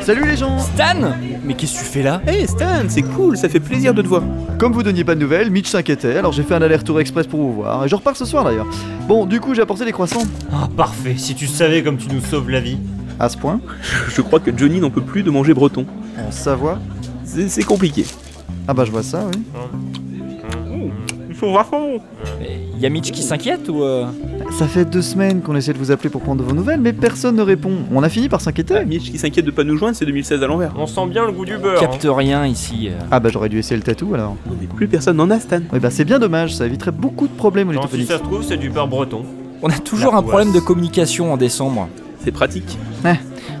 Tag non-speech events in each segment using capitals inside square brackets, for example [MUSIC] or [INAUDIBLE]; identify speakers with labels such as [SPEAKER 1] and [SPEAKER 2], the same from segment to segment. [SPEAKER 1] Salut les gens
[SPEAKER 2] Stan Mais qu'est-ce que tu fais là
[SPEAKER 3] Hey Stan, c'est cool, ça fait plaisir de te voir.
[SPEAKER 1] Comme vous donniez pas de nouvelles, Mitch s'inquiétait, alors j'ai fait un aller-retour express pour vous voir. Et je repars ce soir d'ailleurs. Bon, du coup, j'ai apporté les croissants.
[SPEAKER 2] Ah parfait, si tu savais comme tu nous sauves la vie.
[SPEAKER 1] À ce point,
[SPEAKER 3] Je crois que Johnny n'en peut plus de manger breton.
[SPEAKER 1] en Savoie.
[SPEAKER 3] C'est c'est compliqué.
[SPEAKER 1] Ah bah, je vois ça, oui.
[SPEAKER 3] Il faut voir fond.
[SPEAKER 2] Eh, Y a Mitch qui s'inquiète ou euh
[SPEAKER 1] Ça fait deux semaines qu'on essaie de vous appeler pour prendre vos nouvelles, mais personne ne répond. On a fini par s'inquiéter.
[SPEAKER 3] Mitch qui s'inquiète de pas nous joindre, c'est 2016 à l'envers.
[SPEAKER 4] On sent bien le goût du beurre. hein.
[SPEAKER 2] Capte rien ici. euh.
[SPEAKER 1] Ah bah, j'aurais dû essayer le tatou alors.
[SPEAKER 3] Mais plus personne n'en a Stan.
[SPEAKER 1] Oui, bah, c'est bien dommage, ça éviterait beaucoup de problèmes au
[SPEAKER 4] Genre, si
[SPEAKER 1] orthophonistes.
[SPEAKER 4] ça se trouve, c'est du beurre breton.
[SPEAKER 2] On a toujours
[SPEAKER 4] La
[SPEAKER 2] un problème de
[SPEAKER 4] poisse.
[SPEAKER 2] communication en décembre.
[SPEAKER 3] C'est pratique.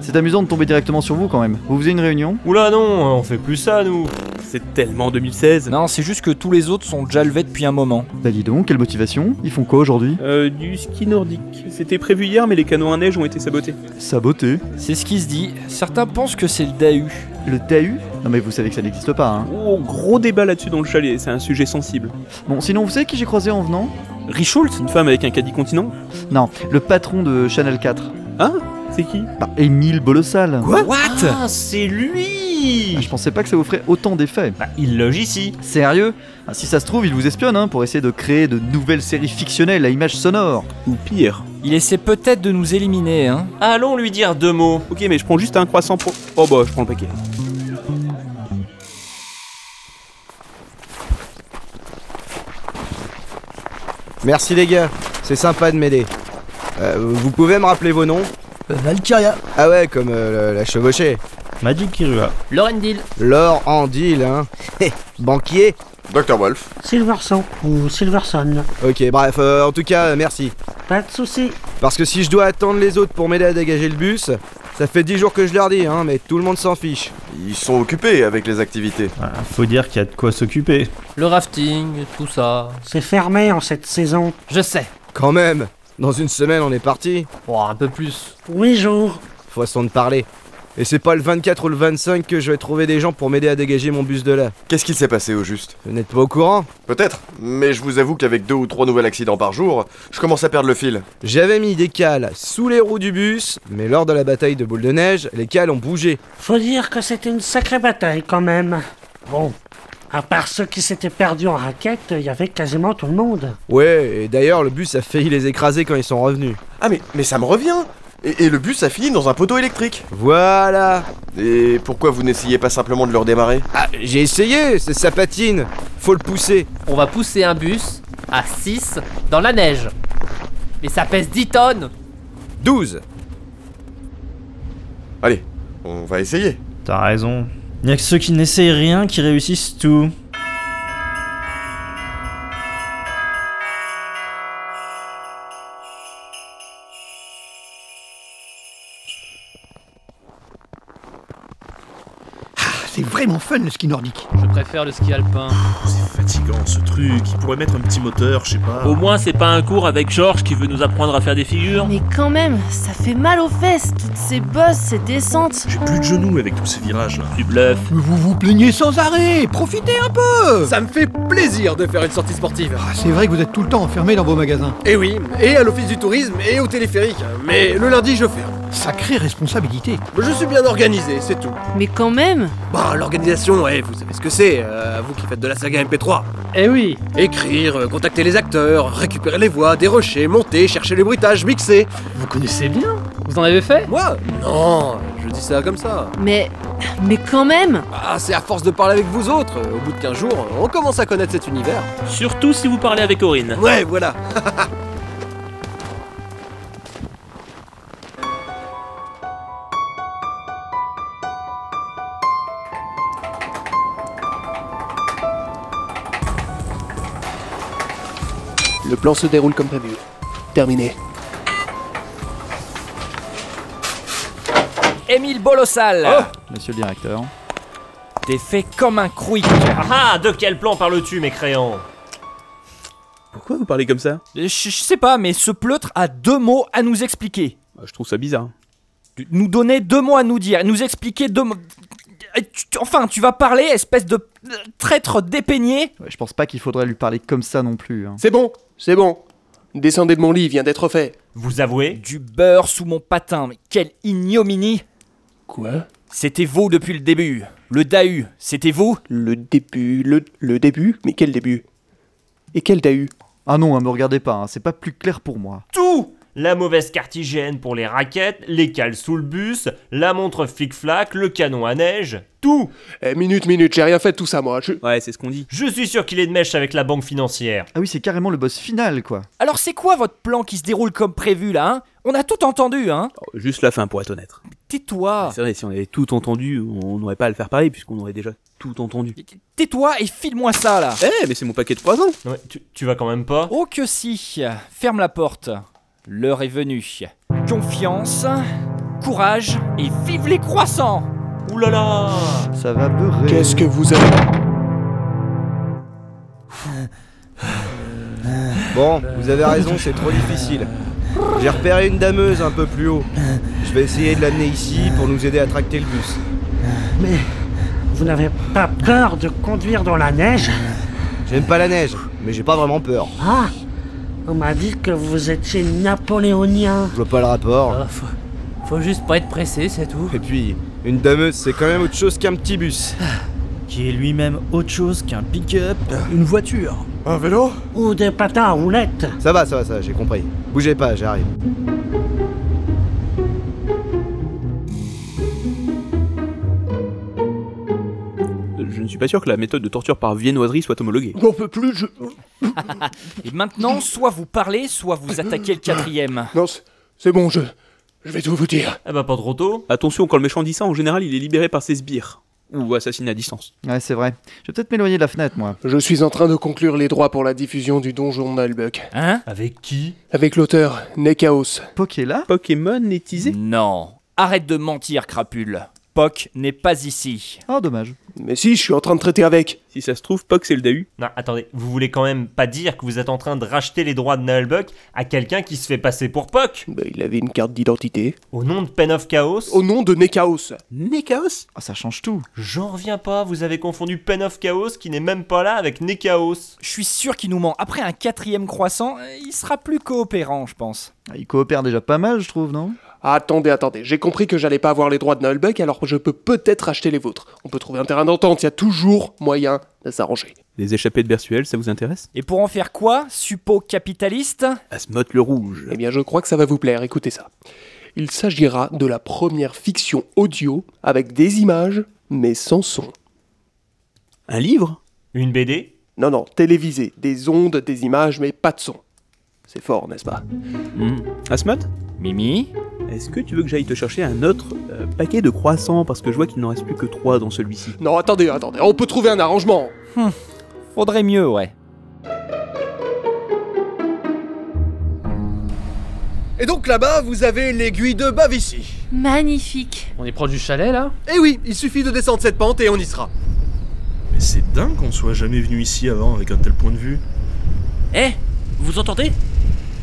[SPEAKER 1] C'est amusant de tomber directement sur vous quand même. Vous faisiez une réunion
[SPEAKER 4] Oula non, on fait plus ça nous.
[SPEAKER 3] C'est tellement 2016.
[SPEAKER 2] Non, c'est juste que tous les autres sont déjà levés depuis un moment.
[SPEAKER 1] Bah dis donc, quelle motivation Ils font quoi aujourd'hui
[SPEAKER 3] Euh, du ski nordique. C'était prévu hier, mais les canons à neige ont été sabotés.
[SPEAKER 1] Saboter.
[SPEAKER 2] C'est ce qui se dit. Certains pensent que c'est le DAU.
[SPEAKER 1] Le TAU Non mais vous savez que ça n'existe pas, hein.
[SPEAKER 3] Oh, gros débat là-dessus dans le chalet, c'est un sujet sensible.
[SPEAKER 1] Bon, sinon, vous savez qui j'ai croisé en venant
[SPEAKER 2] Richoult
[SPEAKER 3] Une femme avec un caddie continent
[SPEAKER 1] Non, le patron de Channel 4.
[SPEAKER 3] C'est qui
[SPEAKER 1] Bah, Émile Bolossal.
[SPEAKER 2] What,
[SPEAKER 4] Ah, c'est lui
[SPEAKER 1] Ah, Je pensais pas que ça vous ferait autant d'effets.
[SPEAKER 4] Bah, il loge ici.
[SPEAKER 1] Sérieux Ah, Si ça se trouve, il vous espionne hein, pour essayer de créer de nouvelles séries fictionnelles à image sonore.
[SPEAKER 3] Ou pire.
[SPEAKER 2] Il essaie peut-être de nous éliminer, hein.
[SPEAKER 4] Allons lui dire deux mots.
[SPEAKER 3] Ok, mais je prends juste un croissant pour. Oh bah, je prends le paquet.
[SPEAKER 5] Merci les gars, c'est sympa de m'aider. Euh, vous pouvez me rappeler vos noms
[SPEAKER 6] Valkyria,
[SPEAKER 5] Ah ouais, comme euh, le- la chevauchée.
[SPEAKER 7] Magic Kirua.
[SPEAKER 8] Lorendil,
[SPEAKER 5] L'or en deal, hein. Hé, Banquier
[SPEAKER 9] Dr. Wolf,
[SPEAKER 6] Silverson ou Silverson,
[SPEAKER 5] Ok, bref, euh, en tout cas, euh, merci.
[SPEAKER 6] pas de soucis.
[SPEAKER 5] Parce que si je dois attendre les autres pour m'aider à dégager le bus, ça fait 10 jours que je leur dis, hein, mais tout le monde s'en fiche.
[SPEAKER 9] ils sont occupés avec les activités.
[SPEAKER 7] Ah, faut dire qu'il y a de quoi s'occuper.
[SPEAKER 8] le rafting, tout ça.
[SPEAKER 6] C'est fermé en cette saison.
[SPEAKER 8] Je sais.
[SPEAKER 5] Quand même, dans une semaine, on est parti.
[SPEAKER 8] Oh, un peu plus.
[SPEAKER 6] Huit jours.
[SPEAKER 5] Façon de parler. Et c'est pas le 24 ou le 25 que je vais trouver des gens pour m'aider à dégager mon bus de là.
[SPEAKER 9] Qu'est-ce qu'il s'est passé au juste
[SPEAKER 5] Vous n'êtes pas au courant
[SPEAKER 9] Peut-être, mais je vous avoue qu'avec deux ou trois nouveaux accidents par jour, je commence à perdre le fil.
[SPEAKER 5] J'avais mis des cales sous les roues du bus, mais lors de la bataille de boule de neige, les cales ont bougé.
[SPEAKER 6] Faut dire que c'était une sacrée bataille quand même. Bon, à part ceux qui s'étaient perdus en raquette, il y avait quasiment tout le monde.
[SPEAKER 5] Ouais, et d'ailleurs, le bus a failli les écraser quand ils sont revenus.
[SPEAKER 9] Ah mais, mais ça me revient et, et le bus a fini dans un poteau électrique.
[SPEAKER 5] Voilà
[SPEAKER 9] Et pourquoi vous n'essayez pas simplement de le redémarrer
[SPEAKER 5] Ah, j'ai essayé, c'est sa patine Faut le pousser
[SPEAKER 8] On va pousser un bus à 6 dans la neige. Mais ça pèse 10 tonnes
[SPEAKER 5] 12
[SPEAKER 9] Allez, on va essayer.
[SPEAKER 7] T'as raison. Il y a que ceux qui n'essayent rien qui réussissent tout.
[SPEAKER 10] Bah, C'est vraiment fun le ski nordique.
[SPEAKER 8] Je préfère le ski alpin.
[SPEAKER 11] C'est fatigant ce truc, il pourrait mettre un petit moteur, je sais pas.
[SPEAKER 4] Au moins, c'est pas un cours avec Georges qui veut nous apprendre à faire des figures.
[SPEAKER 12] Mais quand même, ça fait mal aux fesses, toutes ces bosses, ces descentes.
[SPEAKER 11] J'ai plus de genoux avec tous ces virages là.
[SPEAKER 4] Tu bluffes.
[SPEAKER 10] Mais vous vous plaignez sans arrêt, profitez un peu
[SPEAKER 5] Ça me fait plaisir de faire une sortie sportive
[SPEAKER 10] Ah, C'est vrai que vous êtes tout le temps enfermé dans vos magasins.
[SPEAKER 5] Et oui, et à l'office du tourisme, et au téléphérique, mais le lundi je ferme.
[SPEAKER 10] Sacrée responsabilité.
[SPEAKER 5] Je suis bien organisé, c'est tout.
[SPEAKER 12] Mais quand même
[SPEAKER 5] Bah, l'organisation, ouais, vous savez ce que c'est, euh, vous qui faites de la saga MP3.
[SPEAKER 8] Eh oui
[SPEAKER 5] Écrire, contacter les acteurs, récupérer les voix, dérocher, monter, chercher les bruitages, mixer.
[SPEAKER 8] Vous connaissez bien Vous en avez fait
[SPEAKER 5] Moi Non, je dis ça comme ça.
[SPEAKER 12] Mais. Mais quand même
[SPEAKER 5] Ah, c'est à force de parler avec vous autres. Au bout de 15 jours, on commence à connaître cet univers.
[SPEAKER 4] Surtout si vous parlez avec Aurine.
[SPEAKER 5] Ouais, voilà.
[SPEAKER 10] Le plan se déroule comme prévu. Terminé.
[SPEAKER 2] Émile Bolossal
[SPEAKER 4] Ah
[SPEAKER 1] Monsieur le directeur.
[SPEAKER 2] T'es fait comme un Euh, quick.
[SPEAKER 4] Ah ah, de quel plan parles-tu, mes créants
[SPEAKER 3] Pourquoi vous parlez comme ça
[SPEAKER 2] Je, je sais pas, mais ce pleutre a deux mots à nous expliquer.
[SPEAKER 3] Bah, Je trouve ça
[SPEAKER 4] [LAUGHS]
[SPEAKER 3] bizarre.
[SPEAKER 2] Tu- Nous donner deux mots à nous dire, nous expliquer deux mots. Et tu- tu- Enfin, tu vas parler, espèce de euh, traître dépeigné.
[SPEAKER 1] Ouais, je pense pas qu'il faudrait lui parler comme ça non plus. hein.
[SPEAKER 10] C'est bon, c'est bon. Descendez de mon lit, vient d'être fait.
[SPEAKER 4] Vous avouez
[SPEAKER 2] Du beurre sous mon patin, mais quelle ignominie
[SPEAKER 10] Quoi
[SPEAKER 2] C'était vous depuis le début. Le Dahu, c'était vous
[SPEAKER 10] Le début, le, le début Mais quel début
[SPEAKER 1] Et quel t'as eu Ah non, hein, me regardez pas, hein, c'est pas plus clair pour moi.
[SPEAKER 13] Tout La mauvaise carte IGN pour les raquettes, les cales sous le bus, la montre flic-flac, le canon à neige, tout
[SPEAKER 10] Eh, minute, minute, j'ai rien fait de tout ça, moi.
[SPEAKER 13] Ouais, c'est ce qu'on dit. Je suis sûr qu'il est de mèche avec la banque financière.
[SPEAKER 1] Ah oui, c'est carrément le boss final, quoi.
[SPEAKER 2] Alors c'est quoi votre plan qui se déroule comme prévu là hein On a tout entendu hein
[SPEAKER 3] Oh, Juste la fin, pour être honnête.
[SPEAKER 4] Ah.
[SPEAKER 2] Tais-toi
[SPEAKER 3] C'est vrai, si on avait tout entendu, on n'aurait pas à le faire parler, puisqu'on aurait déjà tout entendu.
[SPEAKER 2] Tais-toi et file-moi ça là
[SPEAKER 3] Eh, mais c'est mon paquet de poison
[SPEAKER 13] tu, vas quand même pas
[SPEAKER 2] Oh que si Ferme la porte. L'heure est venue. Confiance, courage et vive les croissants
[SPEAKER 13] Ouh là là
[SPEAKER 1] Ça va beurrer.
[SPEAKER 10] Qu'est-ce que vous avez
[SPEAKER 5] Bon, vous avez raison, c'est trop difficile. J'ai repéré une dameuse un peu plus haut. Je vais essayer de l'amener ici pour nous aider à tracter le bus.
[SPEAKER 6] Mais vous n'avez pas peur de conduire dans la neige
[SPEAKER 5] J'aime pas la neige, mais j'ai pas vraiment peur.
[SPEAKER 6] Ah On m'a dit que vous étiez napoléonien.
[SPEAKER 5] Je vois pas le rapport.
[SPEAKER 8] Faut juste pas être pressé, c'est tout.
[SPEAKER 5] Et puis, une dameuse, c'est quand même autre chose qu'un petit bus.
[SPEAKER 7] Qui est lui-même autre chose qu'un pick-up, une voiture.
[SPEAKER 5] Un vélo
[SPEAKER 6] Ou des patins à roulettes.
[SPEAKER 5] Ça va, ça va, ça va, j'ai compris. Bougez pas, j'arrive.
[SPEAKER 3] Je ne suis pas sûr que la méthode de torture par viennoiserie soit homologuée.
[SPEAKER 10] J'en peux plus, je.
[SPEAKER 2] Et maintenant, soit vous parlez, soit vous attaquez le quatrième.
[SPEAKER 10] Non, c'est- c'est bon, je. Je vais tout vous dire.
[SPEAKER 13] Eh bah pas trop tôt.
[SPEAKER 3] Attention, quand le méchant dit ça, en général, il est libéré par ses sbires. Ou assassiné à distance.
[SPEAKER 1] Ouais, c'est vrai. Je vais peut-être m'éloigner de la fenêtre, moi.
[SPEAKER 10] Je suis en train de conclure les droits pour la diffusion du Don Journal Buck.
[SPEAKER 2] Hein
[SPEAKER 13] Avec qui
[SPEAKER 10] Avec l'auteur, Nekaos.
[SPEAKER 1] Poké là
[SPEAKER 3] Pokémon nétisé
[SPEAKER 4] Mm.
[SPEAKER 2] Non. Arrête de mentir, crapule. Poc n'est pas ici.
[SPEAKER 1] Ah, dommage.
[SPEAKER 10] Mais si, je suis en train de traiter avec.
[SPEAKER 3] Si ça se trouve, Poc, c'est le Dahu.
[SPEAKER 13] Non, attendez, vous voulez quand même pas dire que vous êtes en train de racheter les droits de Nullbuck à quelqu'un qui se fait passer pour Puck
[SPEAKER 10] Bah, il avait une carte d'identité.
[SPEAKER 13] Au nom de Pen of Chaos
[SPEAKER 10] Au nom de Nekaos.
[SPEAKER 3] Nekaos
[SPEAKER 1] Ah, ça change tout.
[SPEAKER 13] J'en reviens pas, vous avez confondu Pen of Chaos qui n'est même pas là avec Nekaos.
[SPEAKER 2] Je suis sûr qu'il nous ment. Après un quatrième croissant, euh, il sera plus coopérant, je pense.
[SPEAKER 1] Ah, Il coopère déjà pas mal, je trouve, non
[SPEAKER 10] Attendez, attendez, j'ai compris que j'allais pas avoir les droits de Nullbuck, alors je peux peut-être acheter les vôtres. On peut trouver un terrain d'entente, il y a toujours moyen de s'arranger.
[SPEAKER 3] Les échappées de Bersuel, ça vous intéresse
[SPEAKER 2] Et pour en faire quoi Suppôt capitaliste
[SPEAKER 3] Asmoth le Rouge.
[SPEAKER 10] Eh bien, je crois que ça va vous plaire, écoutez ça. Il s'agira de la première fiction audio avec des images, mais sans son.
[SPEAKER 3] Un livre
[SPEAKER 13] Une BD
[SPEAKER 10] Non, non, télévisé, des ondes, des images, mais pas de son. C'est fort, n'est-ce pas
[SPEAKER 3] Asmoth
[SPEAKER 2] Mimi
[SPEAKER 3] Est-ce que tu veux que j'aille te chercher un autre euh, paquet de croissants Parce que je vois qu'il n'en reste plus que trois dans celui-ci.
[SPEAKER 10] Non, attendez, attendez, on peut trouver un arrangement
[SPEAKER 2] Faudrait mieux, ouais.
[SPEAKER 5] Et donc là-bas, vous avez l'aiguille de Bavici.
[SPEAKER 12] Magnifique.
[SPEAKER 8] On est proche du chalet là
[SPEAKER 5] Eh oui, il suffit de descendre cette pente et on y sera.
[SPEAKER 11] Mais c'est dingue qu'on soit jamais venu ici avant avec un tel point de vue.
[SPEAKER 4] Eh Vous entendez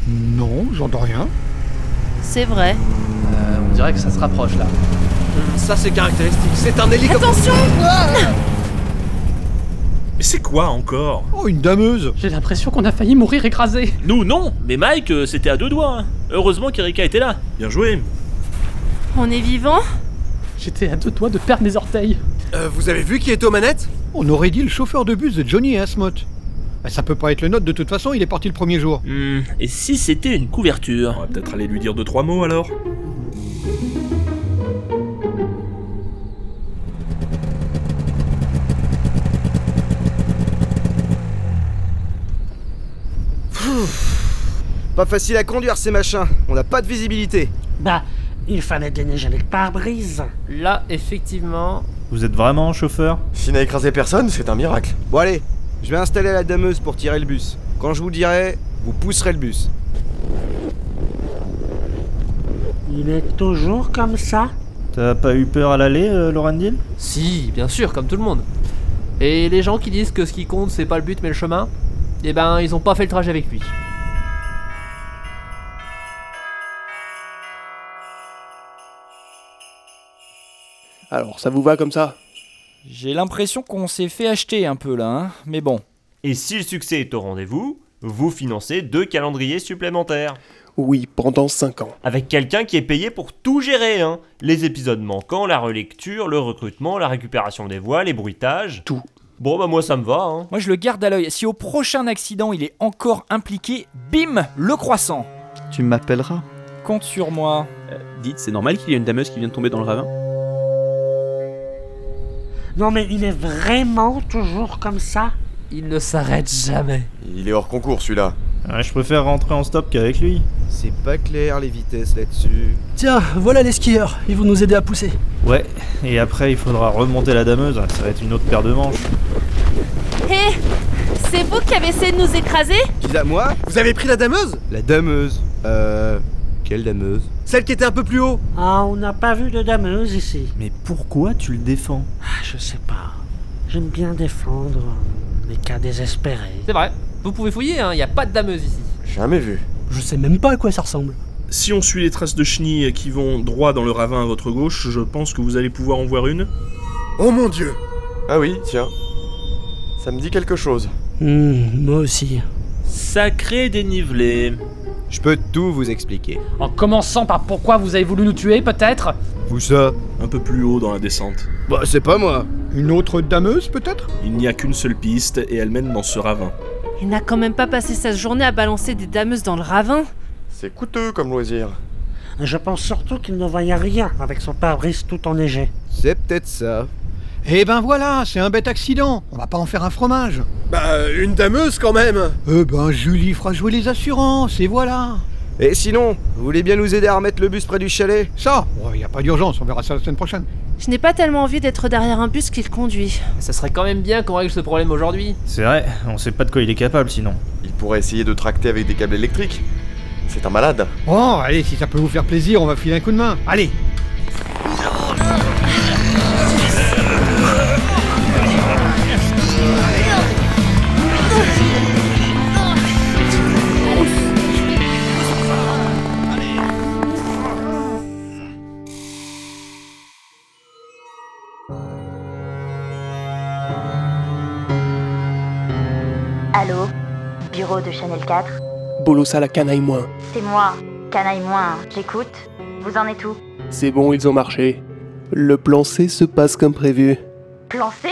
[SPEAKER 11] Non, j'entends rien.
[SPEAKER 12] C'est vrai.
[SPEAKER 8] Euh, On dirait que ça se rapproche là.
[SPEAKER 5] Ça, c'est caractéristique. C'est un hélicoptère.
[SPEAKER 12] Attention
[SPEAKER 11] Mais c'est quoi encore
[SPEAKER 10] Oh, une dameuse
[SPEAKER 8] J'ai l'impression qu'on a failli mourir écrasé.
[SPEAKER 4] Nous, non Mais Mike, euh, c'était à deux doigts. hein. Heureusement qu'Erika était là.
[SPEAKER 11] Bien joué
[SPEAKER 12] On est vivant
[SPEAKER 8] J'étais à deux doigts de perdre mes orteils.
[SPEAKER 5] vous avez vu qui était aux manettes
[SPEAKER 14] On aurait dit le chauffeur de bus de Johnny et Asmoth. Bah, Ça peut pas être le nôtre, de toute façon, il est parti le premier jour.
[SPEAKER 4] Hmm, et si c'était une couverture
[SPEAKER 11] On va peut-être aller lui dire deux trois mots alors.
[SPEAKER 5] Pas facile à conduire ces machins. On n'a pas de visibilité.
[SPEAKER 6] Bah, il fallait déneiger les pare-brise.
[SPEAKER 8] Là, effectivement.
[SPEAKER 7] Vous êtes vraiment chauffeur
[SPEAKER 9] S'il n'a écrasé personne, c'est un miracle.
[SPEAKER 5] Bon allez, je vais installer la dameuse pour tirer le bus. Quand je vous dirai, vous pousserez le bus.
[SPEAKER 6] Il est toujours comme ça
[SPEAKER 7] T'as pas eu peur à l'aller, euh, Laurendil
[SPEAKER 8] Si, bien sûr, comme tout le monde. Et les gens qui disent que ce qui compte, c'est pas le but mais le chemin, eh ben, ils ont pas fait le trajet avec lui.
[SPEAKER 10] Alors, ça vous va comme ça
[SPEAKER 2] J'ai l'impression qu'on s'est fait acheter un peu là, hein. Mais bon.
[SPEAKER 13] Et si le succès est au rendez-vous, vous financez deux calendriers supplémentaires.
[SPEAKER 10] Oui, pendant 5 ans.
[SPEAKER 13] Avec quelqu'un qui est payé pour tout gérer, hein. Les épisodes manquants, la relecture, le recrutement, la récupération des voix, les bruitages.
[SPEAKER 10] Tout.
[SPEAKER 13] Bon, bah moi ça me va, hein.
[SPEAKER 2] Moi je le garde à l'œil. Si au prochain accident il est encore impliqué, bim, le croissant.
[SPEAKER 15] Tu m'appelleras.
[SPEAKER 2] Compte sur moi.
[SPEAKER 16] Dites, c'est normal qu'il y ait une dameuse qui vient de tomber dans le ravin
[SPEAKER 6] Non mais il est vraiment toujours comme ça
[SPEAKER 17] Il ne s'arrête jamais.
[SPEAKER 9] Il est hors concours celui-là.
[SPEAKER 18] Ouais, Ah, je préfère rentrer en stop qu'avec lui.
[SPEAKER 5] C'est pas clair les vitesses là-dessus.
[SPEAKER 19] Tiens, voilà les skieurs, ils vont nous aider à pousser.
[SPEAKER 18] Ouais, et après il faudra remonter la dameuse, ça va être une autre paire de manches.
[SPEAKER 20] Hé C'est vous qui avez essayé de nous écraser
[SPEAKER 5] Dis à moi
[SPEAKER 19] Vous avez pris la dameuse
[SPEAKER 5] La dameuse. Euh. Quelle dameuse
[SPEAKER 19] Celle qui était un peu plus haut
[SPEAKER 6] Ah, on n'a pas vu de dameuse ici.
[SPEAKER 18] Mais pourquoi tu le défends
[SPEAKER 6] Ah, je sais pas. J'aime bien défendre les cas désespérés.
[SPEAKER 17] C'est vrai. Vous pouvez fouiller, hein, y a pas de dameuse ici.
[SPEAKER 9] Jamais vu.
[SPEAKER 19] Je sais même pas à quoi ça ressemble.
[SPEAKER 3] Si on suit les traces de chenilles qui vont droit dans le ravin à votre gauche, je pense que vous allez pouvoir en voir une.
[SPEAKER 9] Oh mon dieu Ah oui, tiens. Ça me dit quelque chose.
[SPEAKER 19] Hmm, moi aussi.
[SPEAKER 21] Sacré dénivelé.
[SPEAKER 5] Je peux tout vous expliquer.
[SPEAKER 22] En commençant par pourquoi vous avez voulu nous tuer, peut-être
[SPEAKER 5] Où ça
[SPEAKER 3] Un peu plus haut dans la descente.
[SPEAKER 5] Bah, c'est pas moi.
[SPEAKER 1] Une autre dameuse peut-être
[SPEAKER 3] Il n'y a qu'une seule piste et elle mène dans ce ravin.
[SPEAKER 20] Il n'a quand même pas passé sa journée à balancer des dameuses dans le ravin.
[SPEAKER 9] C'est coûteux comme loisir.
[SPEAKER 6] Je pense surtout qu'il ne voyait rien avec son pare-brise tout enneigé.
[SPEAKER 5] C'est peut-être ça.
[SPEAKER 1] Eh ben voilà, c'est un bête accident. On va pas en faire un fromage.
[SPEAKER 19] Bah, une dameuse quand même
[SPEAKER 1] Eh ben Julie fera jouer les assurances et voilà.
[SPEAKER 5] Et sinon, vous voulez bien nous aider à remettre le bus près du chalet
[SPEAKER 1] Ça, il y a pas d'urgence, on verra ça la semaine prochaine.
[SPEAKER 20] Je n'ai pas tellement envie d'être derrière un bus qu'il conduit.
[SPEAKER 17] Ça serait quand même bien qu'on règle ce problème aujourd'hui.
[SPEAKER 18] C'est vrai, on sait pas de quoi il est capable sinon.
[SPEAKER 9] Il pourrait essayer de tracter avec des câbles électriques. C'est un malade.
[SPEAKER 1] Bon, allez, si ça peut vous faire plaisir, on va filer un coup de main. Allez
[SPEAKER 23] Allô Bureau de Chanel 4
[SPEAKER 10] Bolos à la canaille moins.
[SPEAKER 23] C'est moi, canaille moins, j'écoute. Vous en êtes où
[SPEAKER 10] C'est bon, ils ont marché. Le plan C se passe comme prévu.
[SPEAKER 23] Plan C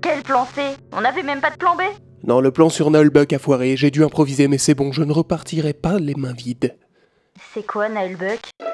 [SPEAKER 23] Quel plan C On n'avait même pas de plan B
[SPEAKER 10] Non, le plan sur Nullbuck a foiré, j'ai dû improviser, mais c'est bon, je ne repartirai pas les mains vides.
[SPEAKER 23] C'est quoi Nullbuck